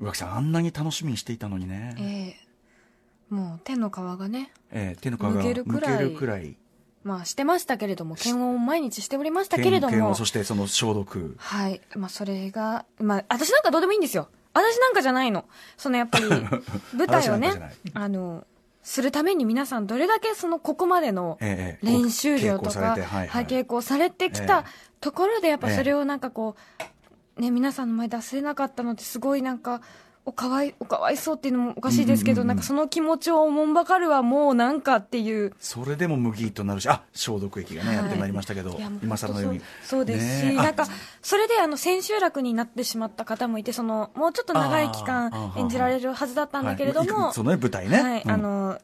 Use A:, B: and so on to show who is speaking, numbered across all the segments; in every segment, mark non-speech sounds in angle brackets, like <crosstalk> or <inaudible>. A: 浮気さんあんなに楽しみにしていたのにね
B: え、えもう手の皮がね
A: ええ手の皮が
B: むけるくらい
A: むけるくらい
B: まあしてましたけれども検温を毎日しておりましたけれど
A: 点
B: も
A: 検をそしてその消毒
B: はいまあそれがまあ私なんかどうでもいいんですよ私なんかじゃないのそのや
A: <laughs>
B: っぱり舞台
A: 私
B: を
A: なんか
B: ね
A: じゃない
B: あのするために皆さんどれだけそのここまでの
A: ええええ
B: 練習量
A: 稽古
B: と
A: さ
B: か
A: れてはいは
B: はいい稽古をされてきた
A: え
B: ところでやっぱそれをなんかこうね皆さんの前出せなかったのってすごいなんかおかわいおかわいそうっていうのもおかしいですけど
A: うんうんうんうん
B: なんかその気持ちをおもんばかるはもうなんかっていう
A: それでも麦となるしあ消毒液がね、
B: はい
A: やってまいりましたけど
B: いやもう
A: 今更のように
B: そうそうですし、
A: ねえあ
B: なんかそれであの千秋楽になってしまった方もいてそのもうちょっと長い期
A: あーあ
B: 間
A: ー
B: 演じられるはずだったんだけれど
A: は
B: も、
A: いそのね舞台ね、
B: はい
A: うん
B: あの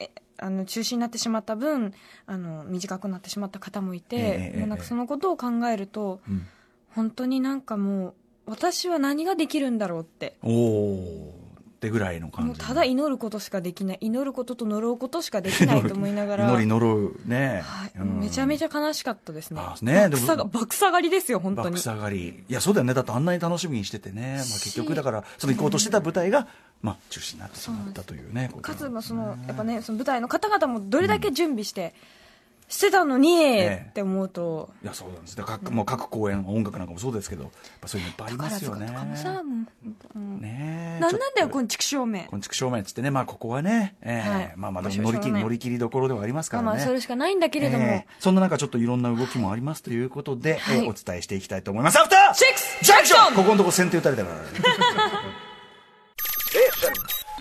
B: えあの中止になってしまった分あの短くなってしまった方もいて、
A: ええええ
B: もうなんかそのことを考えると
A: うん
B: 本当になんかもう私は何ができるんだろうって。
A: おおってぐらいの感じ
B: もうただ祈ることしかできない祈ることと呪うことしかできないと思いながら
A: 祈り呪うね、
B: はい、めちゃめちゃ悲しかったですね
A: あねでも
B: 爆下が爆下がりですよ本当
A: 爆
B: に
A: 下がりいやそうだよねだってあんなに楽しみにしててね、まあ、
B: し
A: 結局だからその行こうとしてた舞台が、まあ、中止になってしまったというね
B: かつ
A: も
B: もそのやっぱねその舞台の方々もどれだけ準備して、してたのに、
A: ええ
B: って思うと
A: いやそうなんですだから各もう各公演音楽なんかもそうですけどやっぱそういうのいっぱいありますよね
B: 宝塚とかもさもう、うん
A: ねえ
B: なんなんだ
A: ちょっ
B: よ
A: と
B: この畜生め
A: こんちくしょうめんっつってね、まあ、ここはね、ええ
B: はい
A: まあまあ、で
B: まあ
A: も
B: しょう
A: 乗り切
B: しょうが
A: り、
B: ない
A: 乗り切りどころではありますから
B: まあ
A: ね。
B: まあそれしかないんだけれども、
A: ええそんな中、ちょっといろんな動きもありますということで、
B: はい
A: ええお伝えしていきたいと思います。アフター
B: シックス
A: ジャクション
B: ジャクション
A: ここのとこ先手打たれたから。
C: <laughs>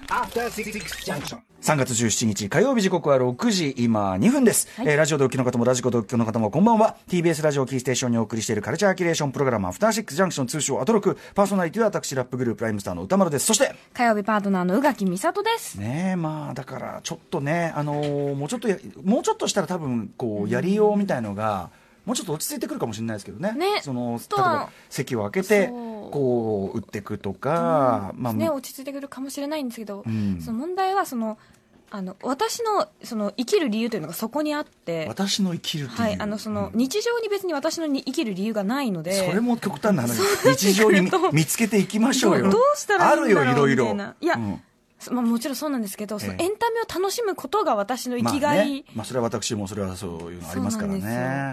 C: After Six Junction.
A: 3月17日火曜日時刻は6時今2分です、えーラジオでお聞きの方もラジコでお聞きの方もこんばんは TBS ラジオをキーステーションにお送りしているカルチャーキュレーションプログラム「アフターシックスジャンクション」通称アトロクパーソナリティは私ラップグループライムスターの歌丸ですそして
B: 火曜日パートナーの宇垣美里です、
A: ねえまあだからちょっとね、あのーもうちょっとやもうちょっとしたら多分こうやりようみたいのが、もうちょっと落ち着いてくるかもしれないですけどね
B: ね
A: その
B: と
A: 例え
B: は
A: ば席を空けて
B: そう
A: こう打っていくとか、まあ、
B: ね、落ち着いてくるかもしれないんですけど、
A: うん
B: その問題はそのあの私のその生きる理由というのがそこにあって
A: 私の生きるっていう、
B: はい、あのその
A: うん
B: 日常に別に私のに生きる理由がないので
A: それも極端な話
B: そうなってく
A: 日
B: る
A: 常
B: と
A: に見つけていきましょうよ
B: どうしたらいいんだろ
A: あ
B: う
A: るよいろい
B: みたい
A: ろ
B: ないや
A: うん
B: そまあ、もちろんそうなんですけど、その
A: ええ
B: エンタメを楽しむことが私の生き
A: まあ
B: がい、
A: ねまあ、それは私もそれはそういうのありますから
B: そうな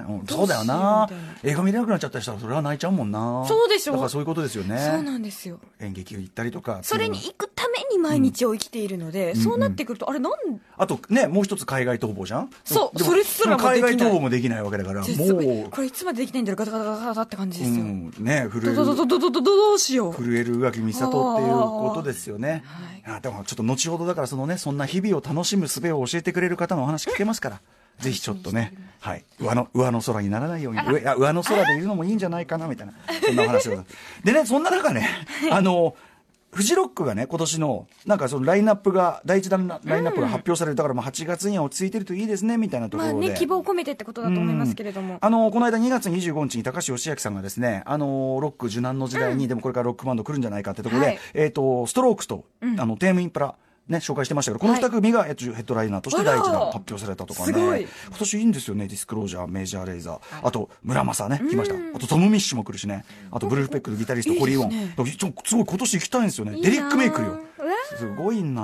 B: ん
A: ね
B: ですよ
A: うん
B: どうし
A: そ
B: よ
A: う
B: う
A: だよな
B: みたいな
A: 映画見れなくなっちゃった人はそれは泣いちゃうもんな
B: そうでしょ
A: だからそういうことですよね
B: そうなんですよ
A: 演劇行ったりとか
B: それに
A: っていうの
B: 行くために毎日を生きているので、
A: ん
B: そうなってくると、あれなん
A: があとねもう一つ海外逃亡じゃん
B: そう
A: でも
B: それすらもできない
A: 海外逃亡もできないわけだからも
B: ですごいうこれいつまでできないんだろうガタガタガタガタって感じ
A: う
B: ですよ、
A: んね震え
B: ど
A: る
B: どどどどどどどうしよう
A: 震える垣美里っていうことですよね
B: はい。
A: あでもちょっと後ほどだからそのねそんな日々を楽しむ術を教えてくれる方のお話聞けますから。ぜひちょっとね、はい、上の上の空にならないように上あ上の空でいるのもいいんじゃないかなみたいなそんなお話をでねそんな中ね、あのフジロックがね今年のなんかそのラインナップが第一弾のラインナップが発表される、だからまあ8月には落ち着いてるといいですねみたいなとこ
B: ま
A: ろ
B: あ
A: で、
B: ね希望を込めてってことだと思いますけれども、
A: あのこの間2月25日に高橋義明さんがですねあのロック受難の時代に、でもこれからロックバンド来るんじゃないかってところで、
B: はい
A: えー、とストロークスと、あのテームインプラね、紹介してましたけどこの2組が、えっとヘッドライナーとして第1弾
B: あら
A: 発表されたとかね
B: すごい
A: 今年いいんですよねディスクロージャーメジャーレイザーあと村正ね来ましたあとトム・ミッシュも来るしねあとブルースペックのギタリストコリー・ウォン
B: いいですね
A: だからちょすごい今年行きたいんですよね
B: いい
A: デ
B: な
A: リック・メイクルよ
B: うわ
A: すごいな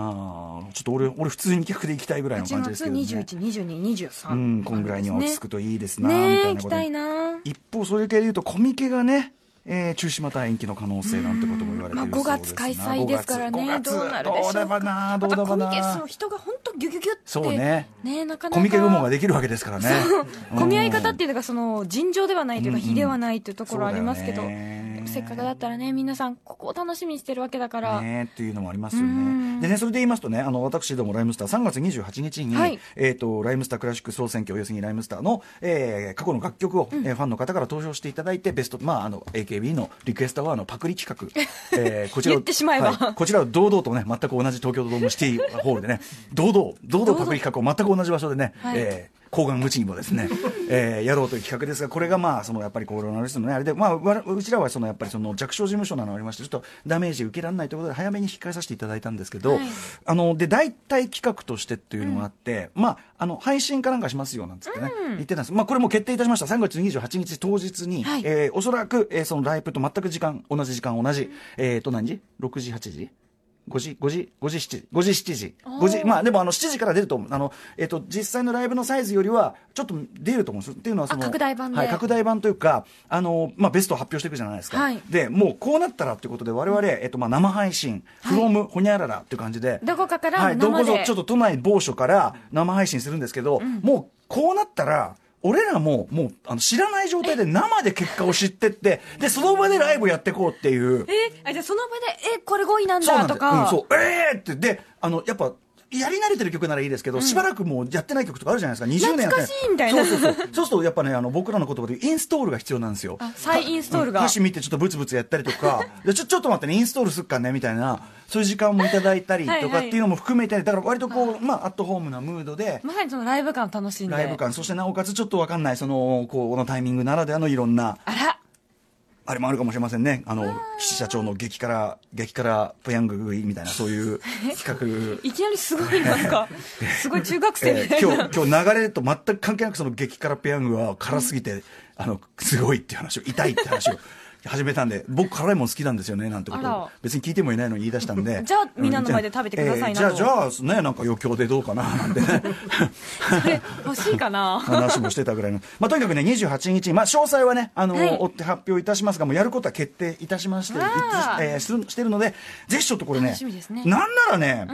A: あちょっと俺俺普通に客で行きたいぐらいの
B: 8
A: 感じで
B: 月
A: すけど、ね、
B: 21、22、23、
A: うんこんぐらいには落ち着くといいですなあ
B: ね
A: みたい
B: ねえ行
A: なこ
B: き
A: と
B: た
A: で
B: いな
A: 一方それ系でいうとコミケがね、えー中止また延期の可能性なんてことも言われているそうですな、
B: まあ5月開催ですからね
A: 5月
B: どうなるでしょ
A: どう
B: うか
A: だばなど
B: ま
A: う
B: た
A: だ
B: コ
A: ば
B: ミケその
A: な
B: 人が本当ギュギュギュって
A: そうね
B: ねなかなか
A: コミケ雲ができるわけですからね
B: 混み合い方っていうのがその尋常ではないというか
A: うんうん
B: 比ではないというところありますけど、
A: そうだよね
B: でもせっかくだったらね皆さんここを楽しみにしてるわけだから、
A: ねっていうのもありますよ
B: う
A: ね。
B: ん
A: でね、それで言いますとね、あの、私どもライムスター3月28日に、
B: はい
A: えっ、と、ライムスタークラシック総選挙、要するにライムスターの、えー過去の楽曲を、えーファンの方から投票していただいて、ベスト、まあ、あの、AKB のリクエストはあの、パクリ
B: <laughs>
A: 企画、えーこを
B: 言ってしまえば
A: はいこちらを堂々とね、全く同じ東京ドームシティホールでね、堂々、堂々パクリ企画を全く同じ場所でね、
B: はい
A: えー抗がん無知にもですね、 <laughs> えーやろうという企画ですが、これがまあ、そのやっぱりコロナウイルスのね、あれで、まあ、わうちらはそのやっぱりその弱小事務所なのありまして、ちょっとダメージ受けられないということで、早めに引っ返させていただいたんですけど、あの、で、代替企画としてっていうのがあって、まあ、あの、配信かなんかしますよなんつってね、言ってたんです。まあ、これも決定いたしました。3月28日当日に、
B: はい
A: えーおそらく、えーそのライブと全く時間、同じ時間、同じ、えっと、何時 ?6 時、8時5時、5時、5時、7時、5時、7時、5時、まあでもあの7時から出ると思う。あの、えっ、と、実際のライブのサイズよりは、ちょっと出ると思うんですよ。っていうのはその、
B: あ拡大版で
A: はい、拡大版というか、あの、まあベストを発表していくじゃないですか。
B: はい
A: で、もうこうなったらっていうことで、我々、えっ、と、まあ生配信、
B: はい
A: from ほにゃららっていう感じで、
B: どこかから
A: はい、
B: 生
A: どこぞ
B: で
A: ちょっと都内某所から生配信するんですけど、もうこうなったら、俺らも、もう、あの、知らない状態で生で結果を知ってって、で、その場でライブやってこうっていう。
B: えあじゃあその場でえこれ5位なん
A: そうな
B: だ
A: んで
B: と
A: す
B: か
A: うん、そうええってであのやっぱやり慣れてる曲ならいいですけど、しばらくもうやってない曲とかあるじゃないですか20年やって
B: 懐かしいみたいな
A: そうそうそうそうするとやっぱねあの僕らの言葉でインストールが必要なんですよ
B: あ再インストールが
A: うん歌詞見てちょっとブツブツやったりと
B: <laughs>
A: かでちょちょっと待ってねインストールすっかねみたいなそういう時間もいただいたりとかっていうのも含めて、だから割とこうまあアットホームなムードで
B: まさにそのライブ感を楽しんで
A: ライブ感そしてなおかつちょっとわかんないそのこうのタイミングならではのいろんな
B: あら
A: あれもあるかもしれませんね。あの、岸社長の激辛、激辛プヤング食いみたいな、そういう企画。
B: いきなりすごいなん
A: <laughs>
B: かすごい <laughs> 中学生
A: え
B: みた
A: ー
B: いな、
A: 今日、今日流れと全く関係なくその激辛プヤングは辛すぎて、あの、すごいっていう話を、痛いって話を
B: <laughs>
A: 始めたんで、僕辛いもん好きなんですよね、なんてこと
B: あ
A: を
B: ら。
A: 別に聞いてもいないのに言い出したんで。
B: <laughs> じゃあみんなの前で食べてくださいなと
A: えーじゃあ、じゃあ、ね、なんか余興でどうかな、なんてね。
B: それ <laughs> 欲しいかな
A: 話もしてたぐらいの、まあ、とにかくね、28日、まあ、詳細はね、あの
B: はい
A: 追って発表いたしますが、もうやることは決定いたしまして、い
B: わあ
A: つえーするしてるので、ぜひちょっとこれね、
B: 楽しみですね
A: なんならね、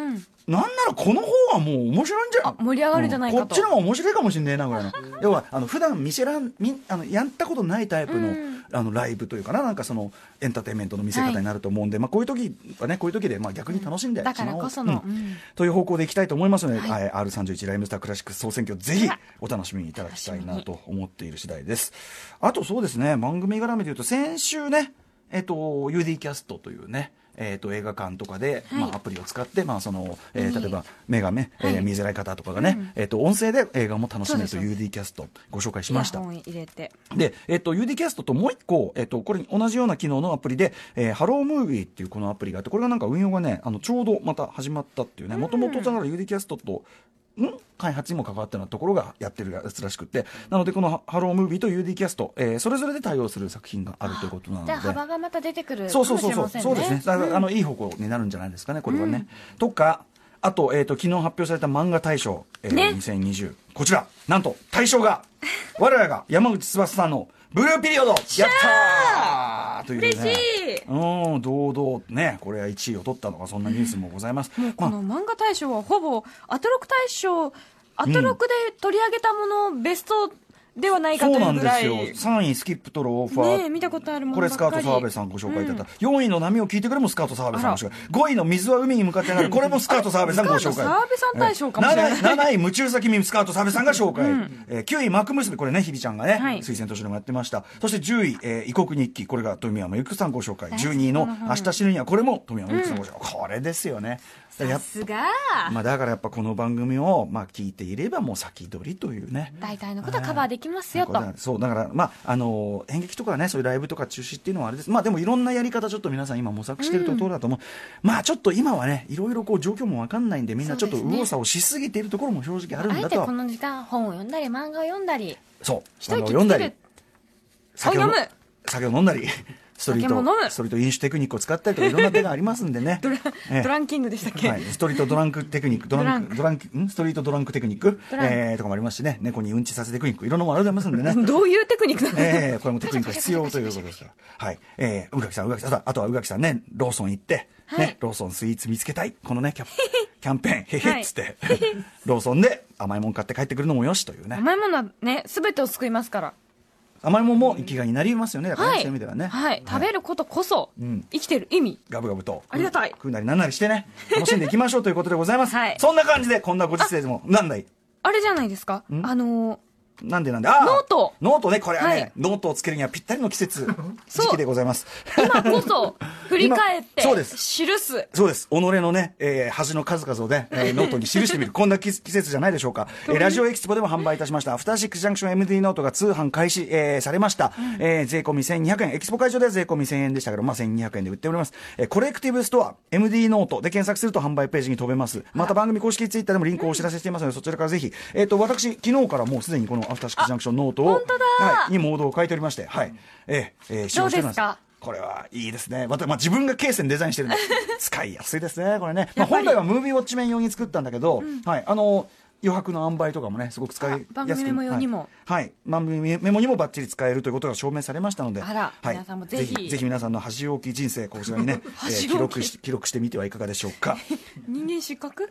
A: なんならこの方がもう面白いんじゃん
B: あ盛り上がるんじゃないかと
A: うんこっちの方が面白いかもしれないなぐらいの、要はあの普段見せらんみあのやったことないタイプの,、あのライブというかな、なんかそのエンターテインメントの見せ方になると思うんで、まあ、こういう時はね、こういう時でまあ逆に楽しんで
B: うんだからこその
A: う
B: うん
A: という方向でいきたいと思いますので、えー R31 ライムスタークラシック総選挙、ぜひお楽しみにいただきたいなと思っている次第です。あとそうですね、番組絡みで言うと、先週ね、えっ、と、UD キャストというね、えっと映画館とかで、
B: はい
A: まあ、アプリを使って、まあそのえー
B: はい
A: 例えば、目がね、えー
B: はい
A: 見づらい方とかがね、えっと音声で映画も楽しめると
B: そうです
A: いう UD キャスト、ご紹介しました
B: イヤ。ホン入れて
A: で、えっと、UD キャストともう一個、えっと、これ同じような機能のアプリで、えー、ハロームービーっていうこのアプリがあって、これがなんか運用がね、あの、ちょうどまた始まったっていうね、もともとだから UD キャストと、ん開発にも関わってるようなところがやってるやつらしくて、なのでこのハハロームービーと UD キャスト、えーそれぞれで対応する作品があるということなの
B: じ
A: で。
B: ゃあ幅がまた出てくるか
A: そ
B: も
A: うそう
B: し
A: そう
B: れ
A: そ
B: ま
A: う、
B: せんね
A: そうですね。だからあのいい方向になるんじゃないですかね、これはね。とか、あと、えっ、と、昨日発表された漫画大賞、えー
B: ね
A: 2020。こちら、なんと、大賞が、我らが山口翼さんの、ブルーピリオドやったーというね。
B: 嬉しい
A: うん、堂々、ね、これは1位を取ったのか、そんなニュースもございます。ま
B: こ
A: あ
B: の漫画大賞はほぼアトロク大賞アトロクで取り上げたものベストではないかと
A: そう
B: い
A: な
B: うんぐ
A: で
B: ら
A: す
B: い
A: よ3位スキップトロオファー、
B: ねえ見たことあるもの
A: こ
B: ば
A: れ
B: っ
A: ス
B: かり
A: カート澤部さんご紹介いただいた、4位の波を聞いてくれもスカート澤部さんご紹介5位の水は海に向かって流れるこれもスカート澤部さんご紹介
B: スカート澤部さん大賞かもしれない
A: 7位7位夢中先にスカート澤部さんが紹介、えー9位幕結びこれね日比ちゃんがね、
B: はい
A: 推薦としてもやってましたそして10位、えー異国日記これが富山由紀子さんご紹介
B: 大好き
A: 12位の
B: この本
A: 明日死ぬにはこれも富山由紀子さんご紹介、これですよねや
B: さ
A: っ
B: すが
A: まあ、だからやっぱこの番組を、まあ、聞いていればもう先取りというね、
B: 大体のことはカバーできますよと
A: そうだから、まああの演劇とかねそういうライブとか中止っていうのはあれです、まあ、でもいろんなやり方ちょっと皆さん今模索してるところだと思う、まあちょっと今はねいろいろこう状況も分かんないんでみんなちょっと
B: そう
A: 右
B: ですね
A: 往左往しすぎているところも正直ある
B: あ
A: ん
B: え
A: だ
B: て
A: と
B: こ
A: は
B: の時間本を読んだり漫画を読そう
A: そうあの
B: 一息つける
A: 読んだり酒を飲
B: あ読む
A: 酒を飲んだり <laughs> ストリー
B: 酒も飲む
A: トストリート飲酒テクニックを使ったりとかいろんな手がありますんでねええ
B: <laughs> ドランキングでしたっけ、
A: はい、ストリートドランクテクニック、ドランク、ドランク、んストリートドランクテクニック、
B: ドランク
A: えー、とかもありますしね、猫にうんちさせてテクニック、いろんなものあると思いますんでね。
B: どういうテクニックなの、
A: ええこれもテクニックが必要ということですから。はい。えー、宇垣さん、宇垣さん、あとあとは宇垣さんね、ローソン行って、
B: は
A: ね
B: い、
A: ローソンスイーツ見つけたい。このね、
B: <laughs>
A: キャンキャンペーン、へ
B: は
A: へ
B: い
A: っつって、 <laughs> ローソンで甘いもん買って帰ってくるのもよしというね。
B: 甘いものはね全てを救いますから
A: 甘いもんも生きがいになりますよね、だからね、
B: は
A: そう
B: い
A: いう意味ではね。
B: はい、食べることこそ、
A: ん
B: 生きてる意味
A: ガブガブと。
B: ありがたい
A: 食うなりなんなりして
B: <laughs>
A: ね、楽しんでいきましょうということでございます。
B: はい
A: そんな感じで、こんなご時世でも、なんない。
B: あれじゃないですかあのー
A: なんでなんで、あ
B: ノート
A: ノートね、これはね、
B: はい
A: ノートをつけるにはぴったりの季
B: <laughs>
A: 節、
B: そう
A: 時期でございます。
B: 今こ
A: <laughs>
B: そ、振り返って、
A: 今そうです
B: 記す。
A: そうです。己のね、えー端の数々をね、
B: <laughs>
A: えーノートに記してみる。こんな季季節じゃないでしょうか。えーラジオエキスポでも販売いたしました、アフターシックスジャンクション MD ノートが通販開始、えーされました。えー税込み1200円。エキスポ会場では税込み1000円でしたけど、まあ、1200円で売っております。えーコレクティブストア、MD ノートで検索すると販売ページに飛べます。また番組公式ツイッターでもリンクをお知らせしていますので、そちらからぜひ、えっ、と、私、昨日からもうすでにこのアフターシックスジャンクションノートを、
B: 本当だ
A: はい、にモードを書いておりまして、はい。えーえー使用しておりま
B: どうですか
A: これはいいですね。また、まあ、自分がケースにデザインしてるの。
B: <laughs>
A: 使いやすいですね、これね。まあ、
B: やっぱ
A: 本
B: り
A: 来はムービーウォッチメン用に作ったんだけど、はい、あの、余白の塩梅とかもね、すごく使いやすく
B: あ番組メモ用にも
A: はい。はい番組メモにもバッチリ使えるということが証明されましたので。
B: あら
A: はい、
B: 皆さんもぜひ
A: ぜひ、ぜひ皆さんの箸置き人生、こちらに
B: <laughs>
A: ね、えー
B: 箸置き
A: 記録し、記録してみてはいかがでしょうか。
B: 人間失格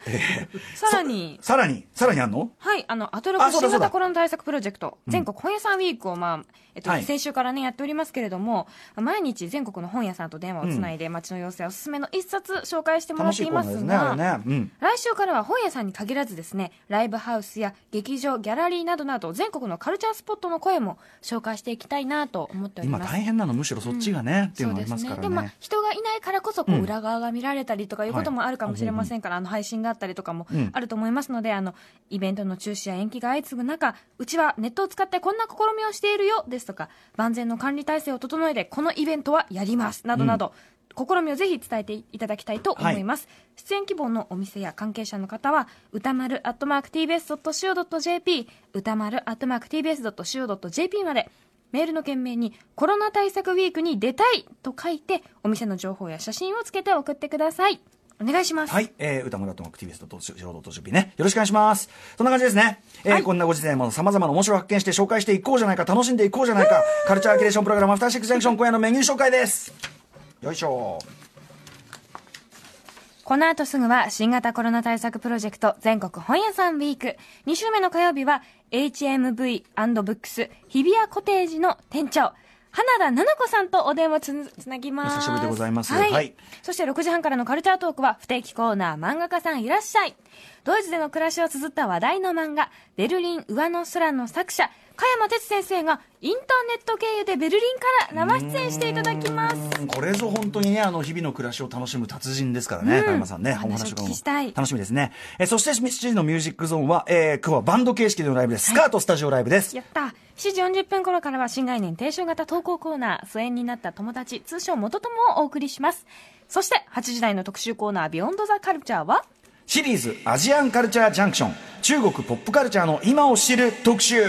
B: さらに、
A: さらに、さらにあんの
B: はい、あの、アトロ
A: あ
B: ク
A: そうだ
B: 新
A: そうだ
B: 型コロナ対策プロジェクト、全国本屋さんウィークを、まあ、えっと
A: は、い
B: 先週からね、やっておりますけれども、毎日全国の本屋さんと電話をつないで、街の様子やおすすめの一冊紹介してもら
A: 楽
B: っ
A: しい
B: てい
A: コーナ
B: ま
A: ーですすね、あれ
B: が、
A: ね。うん。
B: 来週からは本屋さんに限らずですね、ライブハウスや劇場、ギャラリーなどなど、全国のカルチャースポットの声も紹介していきたいなと思っており
A: 今
B: ます
A: 大。変なの、むしろそっちがね、っていうのがありますからね。
B: そうですねでまあ、人がいないからこそこう裏側が見られたりとかいうこともあるかもしれませんから、あの配信があったりとかも
A: うん
B: あると思いますので、あのイベントの中止や延期が相次ぐ中うちはネットを使ってこんな試みをしているよですとか万全の管理体制を整えてこのイベントはやりますなどなど、試みをぜひ伝えていただきたいと思います、出演希望のお店や関係者の方は歌丸アットマーク TBS.CO.JP 歌丸アットマーク TBS.CO.JP までメールの件名にコロナ対策ウィークに出たいと書いてお店の情報や写真をつけて送ってくださいお願いします、
A: はい、えー、歌村ともアクティビストとし衝動と準備ね。よろしくお願いします。そんな感じですね。えー
B: はい
A: こんなご時世も様々な面白を発見して紹介していこうじゃないか、楽しんでいこうじゃないか、カルチャーキュレーションプログラム、アフターシックスジャンクション、今夜のメニュー紹介です。よいしょ。
B: この後すぐは新型コロナ対策プロジェクト全国本屋さんウィーク2週目の火曜日は HMV&BOOKS 日比谷コテージの店長花田菜々子さんとお電話つつなぎます
A: お久しぶりでございます
B: はい、
A: はい
B: そして6時半からのカルチャートークは不定期コーナー漫画家さんいらっしゃいドイツでの暮らしを綴った話題の漫画「ベルリン上の空」の作者加山哲先生がインターネット経由でベルリンから生出演していただきます
A: うんこれぞ本当にね、あの、日々の暮らしを楽しむ達人ですからね、加山さんね。
B: お話をお聞きしたい
A: 楽しみですね。えーそして、7時のミュージックゾーンは、えー、今日はバンド形式でのライブです。スカートスタジオライブです。
B: やった7時40分頃からは新概念提唱型投稿コーナー疎遠になった友達通称元友をお送りしますそして8時台の特集コーナー「ビヨンドザカルチャーは
A: シリーズ「アジアンカルチャージャンクション」中国ポップカルチャーの今を知る特集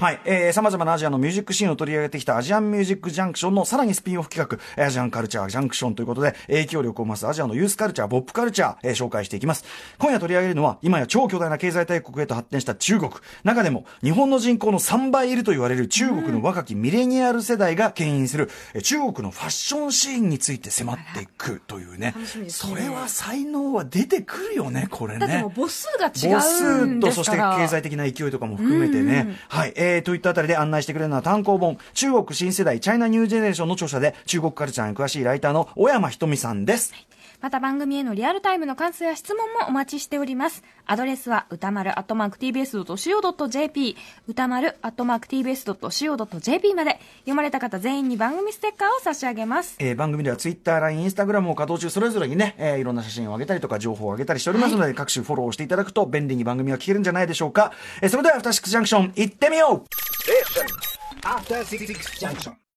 A: はい、えー、様々なアジアのミュージックシーンを取り上げてきたアジアンミュージックジャンクションのさらにスピンオフ企画、アジアンカルチャージャンクションということで、影響力を増すアジアのユースカルチャー、ポップカルチャー、えー紹介していきます。今夜取り上げるのは、今や超巨大な経済大国へと発展した中国。中でも、日本の人口の3倍いると言われる中国の若きミレニアル世代が牽引する、えー中国のファッションシーンについて迫っていくというね。
B: しみです
A: そ
B: ね
A: れは才能は出てくるよね、これね。
B: だってもう母数が違
A: 母
B: う
A: 数
B: ん
A: と
B: で
A: そ
B: す
A: して
B: から
A: 経済的な勢いとかも含めてね、はいえー、といったあたりで案内してくれるのは単行本「中国新世代チャイナニュージェネレーション」の著者で中国カルチャーに詳しいライターの小山ひとみさんです。
B: また番組へのリアルタイムの感想や質問もお待ちしております。アドレスは歌丸アットマーク tbs.co.jp 歌丸アットマーク tbs.co.jp まで読まれた方全員に番組ステッカーを差し上げます。
A: えー番組ではツイッター、LINE、インスタグラムを稼働中、それぞれにね、えーいろんな写真を上げたりとか、情報を上げたりしておりますので、各種フォローしていただくと便利に番組が聞けるんじゃないでしょうか。えーそれでは、アフターシックスジャンクション、行ってみよう
C: After Six Junction.